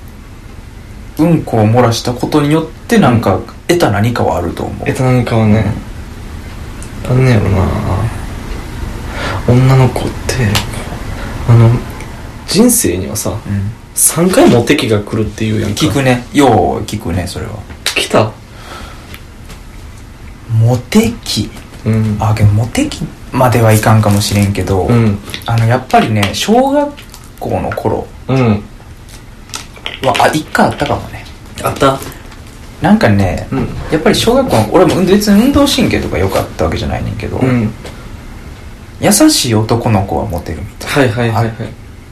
A: ん、うんこを漏らしたことによってなんか得た何かはあると思う
B: えっとなんかはねあんねやろな女の子ってあの人生にはさ
A: う
B: 3回モテ期が来るっていうやん
A: ん、
B: か
A: 聞くねよう聞くねそれは
B: 来た
A: モテ期
B: うん
A: あけどモテ期まではいかんかもしれんけど、
B: うん
A: あのやっぱりね小学校の頃
B: うん
A: はあ一回あったかもね
B: あった
A: なんかね、
B: うん
A: やっぱり小学校の俺も別に運動神経とか良かったわけじゃないねんけど、
B: うん
A: 優しい男の子はモテるみ
B: はいはいはいはい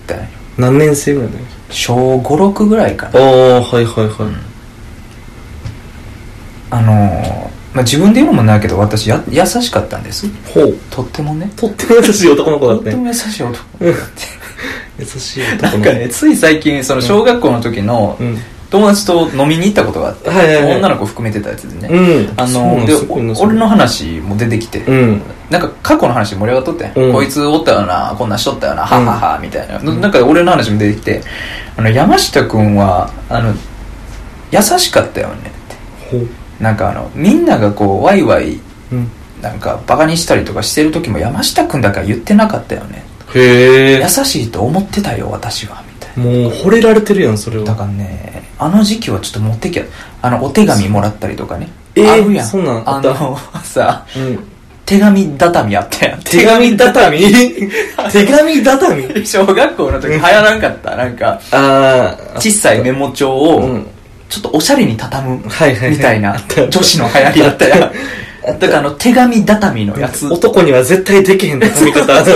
A: たいな
B: 何年生ぐらいだよ
A: 小56ぐらいかな
B: ああはいはいはい、
A: あのーまあ、自分で言うのもないけど私や優しかったんです
B: ほう
A: とってもね
B: とっても優しい男の子だ
A: と
B: っ
A: ったて
B: ね
A: も優しい男
B: 優しい男の
A: な
B: 子
A: んかねつい最近その小学校の時の
B: うん
A: 友達と飲みに行ったことがあって、
B: はいはいはい
A: 女の子含めてたやつでね、
B: うん
A: あ
B: そうな
A: のー
B: ん
A: です
B: ごいな
A: お俺の話も出てきて、
B: うん
A: なんか過去の話で盛り上がっとって、
B: うん
A: こいつおったよなこんなんしとったよな、は
B: うん
A: ははみたいなのなんか俺の話も出てきてあの山下君はあの優しかったよねっ
B: ほう
A: てなんかあのみんながこうワイワイ
B: うん
A: なんかバカにしたりとかしてる時も山下君だから言ってなかったよね
B: へ
A: 優しいと思ってたよ私はみたい
B: えもう惚れられてるやんそれは
A: なだからねあの時期はちょっと持ってきゃあのお手紙もらったりとかね
B: えー
A: あるやん
B: そんなんあ
A: あ
B: った
A: の さ
B: うん
A: 手紙畳あったやん
B: 手 紙畳手紙畳
A: 小学校の時流行らんかったなんか
B: ああ
A: 小さいメモ帳
B: う
A: を
B: ん
A: ちょっとおしゃれに畳む
B: はいはいはい
A: みたいな
B: あった
A: 女子の流行りだったやんだからあの手紙畳みのやつ
B: 男には絶対できへん 畳み方
A: なんだ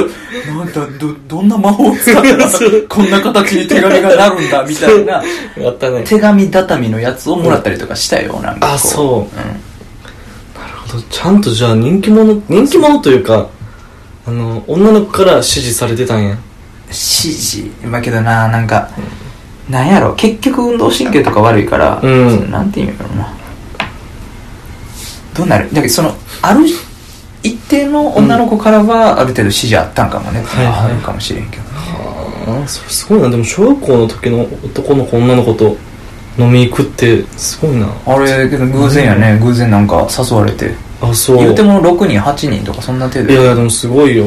A: どどんな魔法を使ったら
B: そう
A: こんな形に手紙がなるんだみたい な
B: そうあったね
A: 手紙畳みのやつをもらったりとかしたよなんかこ
B: あそう
A: うん
B: ちゃんとじゃあ人気者人気者というかあの女の子から支持されてたんや
A: 指示まあけどななんかなんやろ結局運動神経とか悪いから、
B: うん
A: そのなんていうんやろなどうなるだけどそのある一定の女の子からはある程度指示あったんかもね、
B: はいはい
A: あるかもしれんけど、
B: ああそれすごいなでも小学校の時の男の子女の子と飲み行くってすごいな
A: あれけど偶然やね、偶然なんか誘われて
B: あそう
A: 言うても6人8人とかそんな程
B: い
A: 度
B: やいやでもすごいよ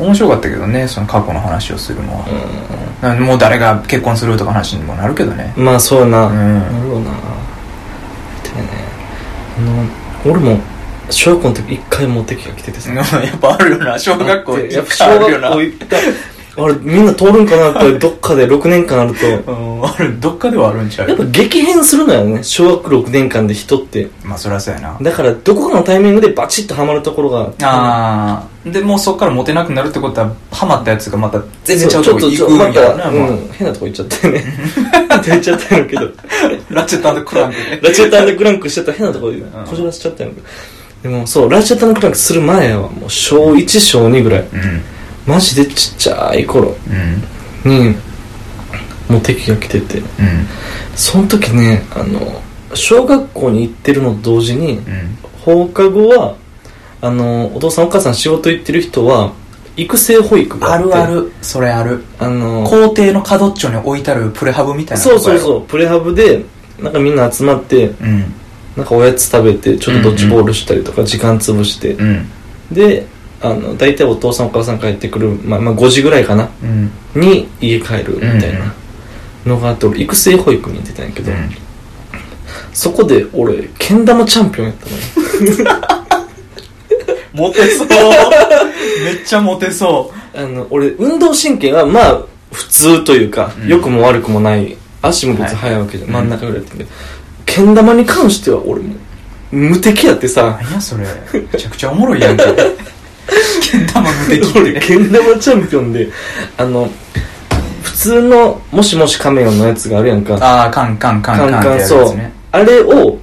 A: 面白かったけどねその過去の話をするのは、なんかもう誰が結婚するとか話にもなるけどね
B: まあそうやな、
A: うん
B: なるよなてかねあの俺も小学校の時一回モテ期が来ててさ
A: やっぱあるよな小学校
B: やっぱ小
A: ある
B: 学
A: よな
B: 校行ったあれみんな通るんか なってどっかで6年間あるとや
A: うん、あるどっかではあるんちゃ
B: っぱ激変するのよね小学6年間で人って
A: まあそりゃそうやな
B: だからどこかのタイミングでバチッとハマるところが
A: ああでもうそっからモテなくなるってことはハマったやつがまた全然ちゃう
B: ち
A: とこ
B: ょっと
A: 行
B: ちょ
A: く
B: っと
A: んやろ
B: また
A: な、
B: う
A: ま
B: ん、変なとこ行っちゃったよね 行っちゃったんやけど
A: あ、ラチェットクランクで
B: ラチェットクランクしてたら変なところでこじらせちゃったんやけどでもそうラチェットクランクする前はもう小1小2ぐらいマジでちっちゃい頃
A: うんうん
B: にもう敵が来てて
A: うん
B: その時ねあの小学校に行ってるのと同時に、
A: うん
B: 放課後はあのお父さんお母さん仕事行ってる人は育成保育があ
A: あ
B: って
A: るあるそれある
B: あの
A: 校庭の角っちょに置いてあるプレハブみたいな
B: そうそう
A: う
B: そうプレハブでなんかみんな集まって
A: うん
B: なんかおやつ食べてちょっとドッジボールしたりとか時間潰して、
A: うん
B: であの大体お父さんお母さん帰ってくる、まあ、まあ5時ぐらいかな
A: うん
B: に家帰るみたい
A: うんうん
B: なのがあって俺育成保育に行ってたんやけど、
A: うん
B: そこで俺けん玉チャンピオンやった のよ
A: モテそうめっちゃモテそう
B: あの俺運動神経はまあ普通というか
A: うん
B: 良、くも悪くもない足も別に速いわけじゃん、
A: はい
B: 真ん中ぐらいだったけどけん玉に関しては俺も無敵やってさ
A: 何やそれめちゃくちゃおもろいやんけけん玉無敵って
B: 俺 けん玉チャンピオンであの普通のもしもしカメオンのやつがあるやんか
A: ああカンカンカンカンってやるやつ
B: そう
A: ね
B: あれを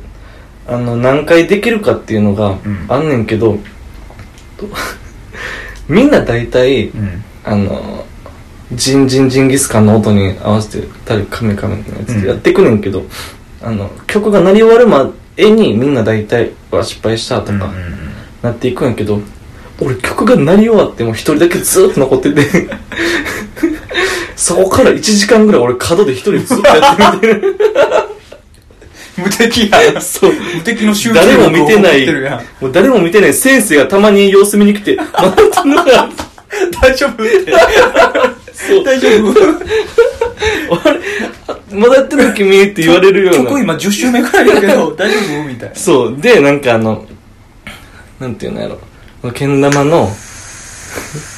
B: あの何回できるかっていうのが
A: うん
B: あんねんけど、と みんな大体
A: うん
B: あのジンジンジンギスカンの音に合わせて誰かカメカメのやつでやってくねんけど、あの曲が鳴り終わるまでにみんな大体は失敗したと
A: うん
B: かなっていくんやけど、俺曲が鳴り終わっても一人だけずーっと残ってて そこから1時間ぐらい俺角で一人ずっとやってみて
A: 無敵や ん
B: そう。
A: 無敵の集中
B: 誰
A: 力
B: も
A: を
B: 見てな
A: 持ってるやん
B: い、もう誰も見てない先生がたまに様子見に来て、またなんか、
A: 大丈夫
B: そう、
A: 大丈夫
B: あれ、あまだやってるの君って言われるよ
A: 曲
B: うな。
A: 今10周目くらいだけ ど大丈夫みたいな
B: そう、で、なんかあの、なんていうのやろ、このけん玉の、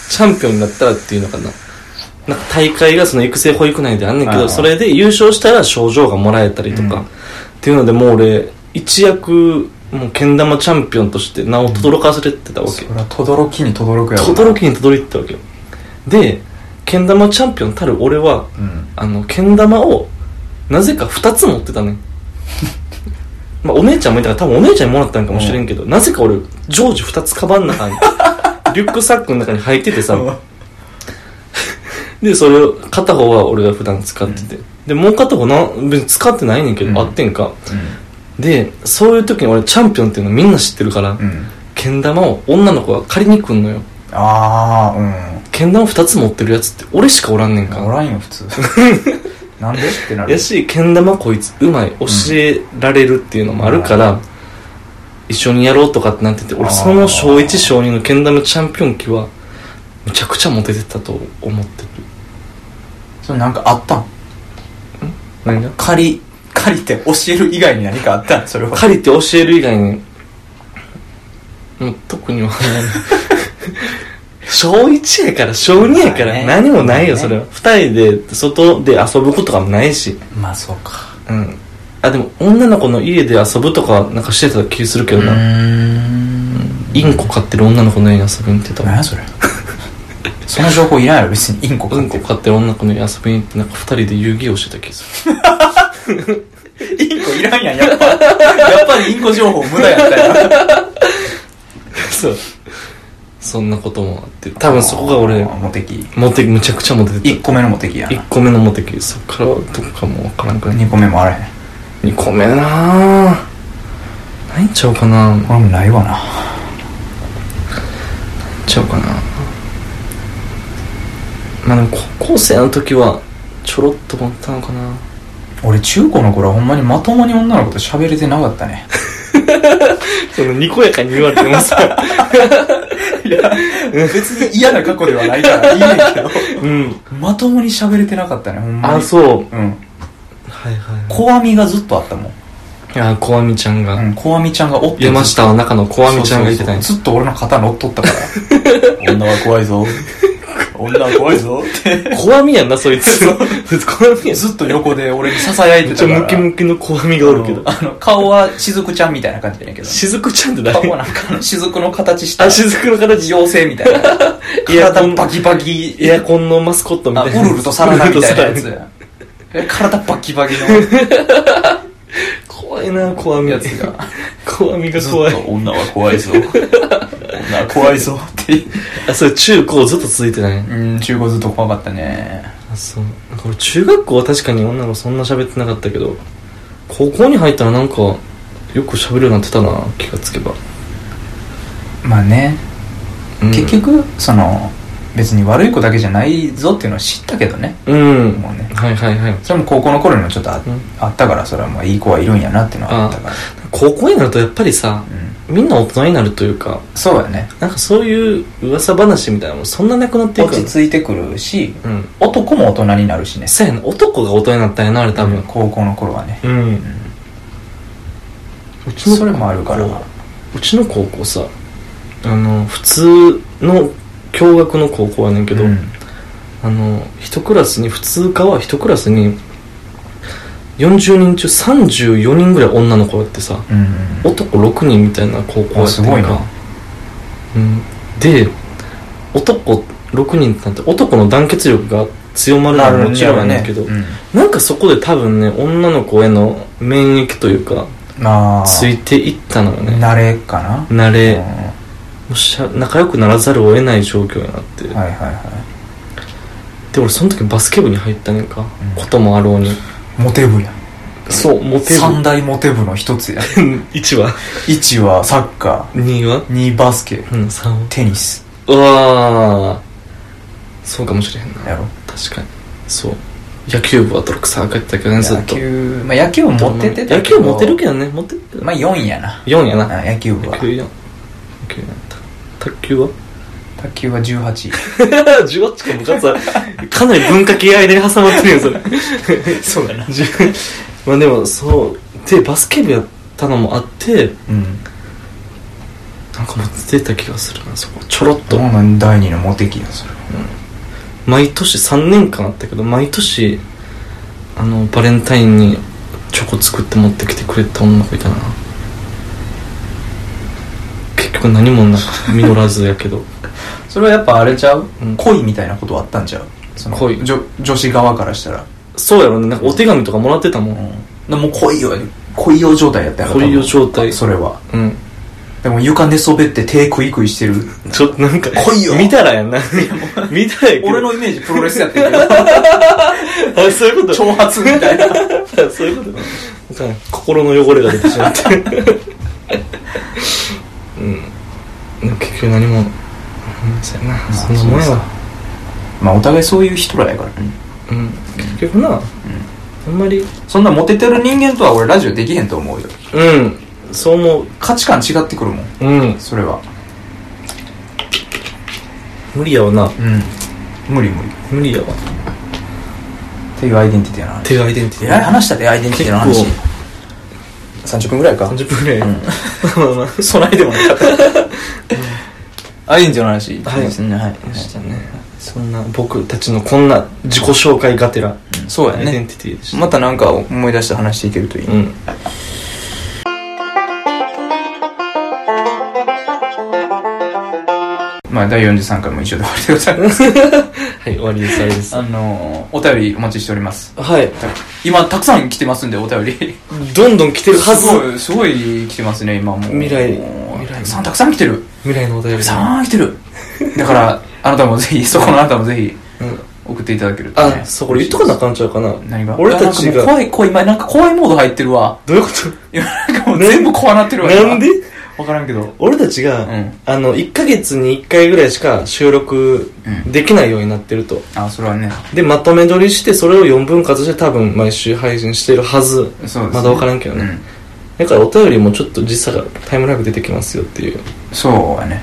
B: チャンピオンになったらっていうのかな。なんか大会がその育成保育内であんねんけ
A: あ
B: ど、
A: あ
B: それで優勝したら賞状がもらえたりとか、
A: うん
B: っていうのでもう俺、一躍、もうけん玉チャンピオンとして名を轟かせれてたわけ。
A: そりゃ轟に轟くやろ
B: とどろきにたどり着いたわけよでけん玉チャンピオンたる俺は
A: うん
B: あのけん玉をなぜか2つ持ってたね まあお姉ちゃんもいたから多分お姉ちゃんにもらったんかもしれんけど、なぜか俺常時2つカバンの 中にリュックサックの中に入っててさでそれを片方は俺が普段使ってて、でもう片方な別に使ってないねんけど、
A: うん
B: あってんかでそういう時に俺チャンピオンっていうのみんな知ってるから、
A: うんうん
B: けん玉を女の子が借りに来んのよ、
A: ああ
B: けん玉2つ持ってるやつって俺しかおらんねん
A: う
B: か
A: んおらんよ普 通なんでってなる
B: やしけん玉こいつうまい教えられるっていうのもあるから、一緒にやろうとかってなってて
A: あ
B: 俺
A: ー
B: その小1小2のけん玉チャンピオン期はむちゃくちゃモテてたと思ってる
A: それなんかあったん
B: 何が
A: 借り借りて教える以外に何かあったんそれは
B: 借りて教える以外にもう特には小1やから小2や
A: まあ
B: か
A: ね
B: ら何もないよ
A: まあ
B: そ
A: ね
B: れは2人で外で遊ぶこととかもないし
A: まあそうか
B: うん。あ、でも、女の子の家で遊ぶとか、なんかしてた気するけ
A: う
B: どな。
A: ん
B: インコ飼ってる女の子の家に遊びに行ってたわ。
A: 何やそれ その情報いらんやろ別にインコ
B: う
A: 買
B: ん
A: って
B: こ飼ってる女の子の家遊びに行って、なんか二人で遊戯をしてた気する。
A: インコいらんやんやっぱやっぱりインコ情報無駄やったよ
B: そう。そんなこともあって。多分そこが俺、
A: モテキ
B: モテ、むちゃくちゃモテて
A: 1個目のモテキや
B: た。一
A: な
B: 個目のモテ期、そっからどっかもわからんくらい。
A: 2個目もあれへん
B: 二個目なぁ。ないんちゃうかなぁ。
A: これもないわな
B: ちゃうかなまあでも高校生の時はちょろっと持ったのかな
A: 俺中高の頃はほんまにまともに女の子と喋れてなかったね
B: そのにこやかに言われてもさ
A: いや別に嫌な過去ではない からいいねんけど
B: うん
A: まともに喋れてなかったねほんまに
B: あそう
A: うん
B: はいはい
A: 小網がずっとあったもん、
B: いやこわみちゃんが、
A: うん、小網ちゃんがおって
B: 山下の中のこわみちゃんがいてたん
A: そう
B: や
A: そうそうずっと俺の肩乗っとったから女は怖いぞ女は怖いぞって
B: こわみやんなそいつこわみや ん
A: ずっと横で俺に囁い
B: め
A: て
B: っちゃ
A: たから
B: ムキムキのこわみがおるけど
A: あの顔は雫ちゃんみたいな感じだ けど
B: しずくちゃんっ
A: 顔
B: て
A: は
B: 誰
A: なんかあの雫の形した
B: あしずくの形
A: 妖精みたいな
B: エアコ
A: 体
B: ン
A: バキバキ
B: エアコンのマスコットみ
A: あ
B: たいな
A: ウルルとサラダみたいなや
B: ウルルとサラ
A: つえ体バキバキの
B: ダ怖いなこわみ
A: やつが
B: こわみが
A: ずっと
B: 怖い
A: 女は怖い ぞ女は怖いぞって
B: あそれ中高ずっと続いてない
A: うん中古ずっと怖かったね
B: あそうなんか俺中学校は確かに女の子そんな喋ってなかったけど高校に入ったらなんかよく喋るようになってたな気がつけば、
A: まあね
B: うん、
A: 結局その別に悪い子だけじゃないぞっていうのは知ったけどね
B: うん
A: もうね
B: はいはいはい
A: それも高校の頃にもちょっとあ,、
B: うん
A: あったからそれはまあいい子はいるんやなっていうのはあったから
B: 高校になるとやっぱりさ
A: うん
B: みんな大人になるというか
A: そうだね
B: なんかそういう噂話みたいなのもそんななくなっていく
A: 落ち着いてくるし
B: うん
A: 男も大人になるしね
B: そうやな男が大人になったんやなあれ多分
A: 高校の頃はね
B: うん、うちの
A: それもあるから
B: うちの高校さあの普通の共学の高校やねんけど、
A: うん
B: あの一クラスに普通科は一クラスに40人中34人ぐらい女の子やってさ
A: うん
B: 男6人みたいな高校や
A: あ
B: って
A: す
B: んか
A: ごいな
B: うん、で男6人なんて男の団結力が強まるのはもちろんやねんけど、
A: うん
B: なんかそこで多分ね女の子への免疫というか
A: まあ
B: ついていったのよね
A: 慣れかな
B: 慣れ、
A: うん
B: も
A: は
B: うしゃ仲良くならざるを得ない状況になって、
A: いはいは
B: で俺その時バスケ部に入ったねんか、
A: ん
B: こともあろうに
A: いモテ部や
B: そうモテ
A: 三大モテ部の一つや
B: 部1は
A: 1はサッカ
B: 2は
A: ー2バスケ
B: うん3は
A: テニス
B: うわあそうかもしれへんな
A: やろ
B: 確かにそう野球部は泥臭がってたけどねずっ
A: 野
B: と
A: 球まあ野球もモテてた
B: 野球モテるけどねモテるけど
A: まあ4やな
B: 4やな
A: あ野球部
B: 野
A: は
B: 球4野球4卓球 は
A: 卓球は18
B: 18個もかつかなり文化系間に挟まってるよそ れ
A: そうだな
B: まあでもそうでバスケ部やったのもあって
A: うん
B: なんかモテてた気がするなそこちょろっ
A: ど
B: と
A: うなん第二のモテ期やそれ
B: 毎年3年間あったけど毎年あのバレンタインにチョコ作って持ってきてくれた女の子いたな結局何もな実らずやけど
A: それはやっぱあれちゃう、
B: うん
A: 恋みたいなことあったんちゃうその
B: 恋
A: 女女子側からしたら、
B: そうやろねなんかお手紙とかもらってたも
A: うんん、でも恋よ恋用状態やったやろ
B: 恋用状態
A: 多分それは
B: うん
A: でも床寝そべって手食い食いしてる
B: ちょっとなんか
A: 来いよ
B: 見たらやな 見たらやけ ど
A: 俺のイメージプロレスやって るけ
B: あそういうこ
A: ど
B: と
A: 挑発みたいな
B: あ そういうことなんか心の汚れが出てしまって うんでも結局何もうんそうやなそんなもんやわ
A: まあお互いそういう人らやからね
B: うん結局な、あんまり
A: そんなモテてる人間とは俺ラジオできへんと思うよ
B: うんそう思
A: 価値観違ってくるもん
B: ううん
A: それは
B: 無理やわな
A: うん無理無理っ
B: 無理やわ
A: ていうアイデンティティな
B: 手がアイデンティテ
A: 出
B: ィ
A: 会い話したでアイデンティティの話
B: 結
A: 30分ぐらいか
B: 30分ぐらい、まあまあ
A: そないでもなかったアイデンティティの話
B: はい
A: ですねはい
B: ましたねそんな僕たちのこんな自己紹介がてら
A: そうや
B: アイデン
A: ね
B: ティティでした、
A: またなんか思い出して話していけるといいね
B: うん
A: まあ第43回も一緒で終わりでございます
B: はい終わりです終わりです
A: あのーお便りお待ちしております
B: はい
A: 今たくさん 来てますんでお便り
B: どんどん来てるは
A: す
B: ず
A: ごいすごい来てますね今もう
B: 未来
A: もう
B: 未来
A: たくさんたくさん来てる
B: 未来のお
A: た
B: 便り
A: く
B: さん、
A: さん来てるだからあなたもぜひそこのあなたもぜひ
B: うん、
A: 送っていただけるとね
B: あそうこれ言っとかなあかんちゃうかな
A: 何が
B: 俺たち
A: いやなんかも
B: が
A: う怖い怖い今なんか怖いモード入ってるわ
B: どういうこ
A: 今なんかもう全部怖なってる
B: と
A: わ
B: なんで
A: 分からんけど
B: 俺たちが、
A: うん
B: あの1ヶ月に1回ぐらいしか収録
A: うん
B: できないようになってると、
A: あそれはね
B: でまとめ撮りしてそれを4分割して多分毎週配信してるはず
A: そうですね
B: まだ分からんけどね、だからお便りもちょっと実際タイムラグ出てきますよっていう
A: うんそうやね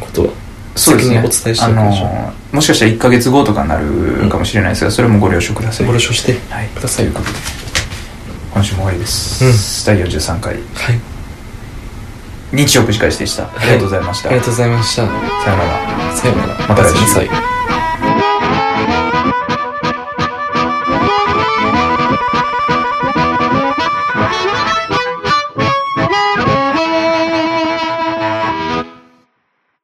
B: ことは
A: そうですね
B: 先にお伝えして
A: あ
B: おき
A: の
B: ましょう、
A: ーもしかしたら1ヶ月後とかになるかもしれないですがそれもご了承ください
B: ご了承して
A: はい
B: ください
A: ということで今週も終わりです、第43回
B: はい
A: 日曜くじ返しでしたありがとうございました、
B: ありがとうございまし
A: さ
B: た
A: よなら
B: さようなら
A: また来週
B: おやすみなさい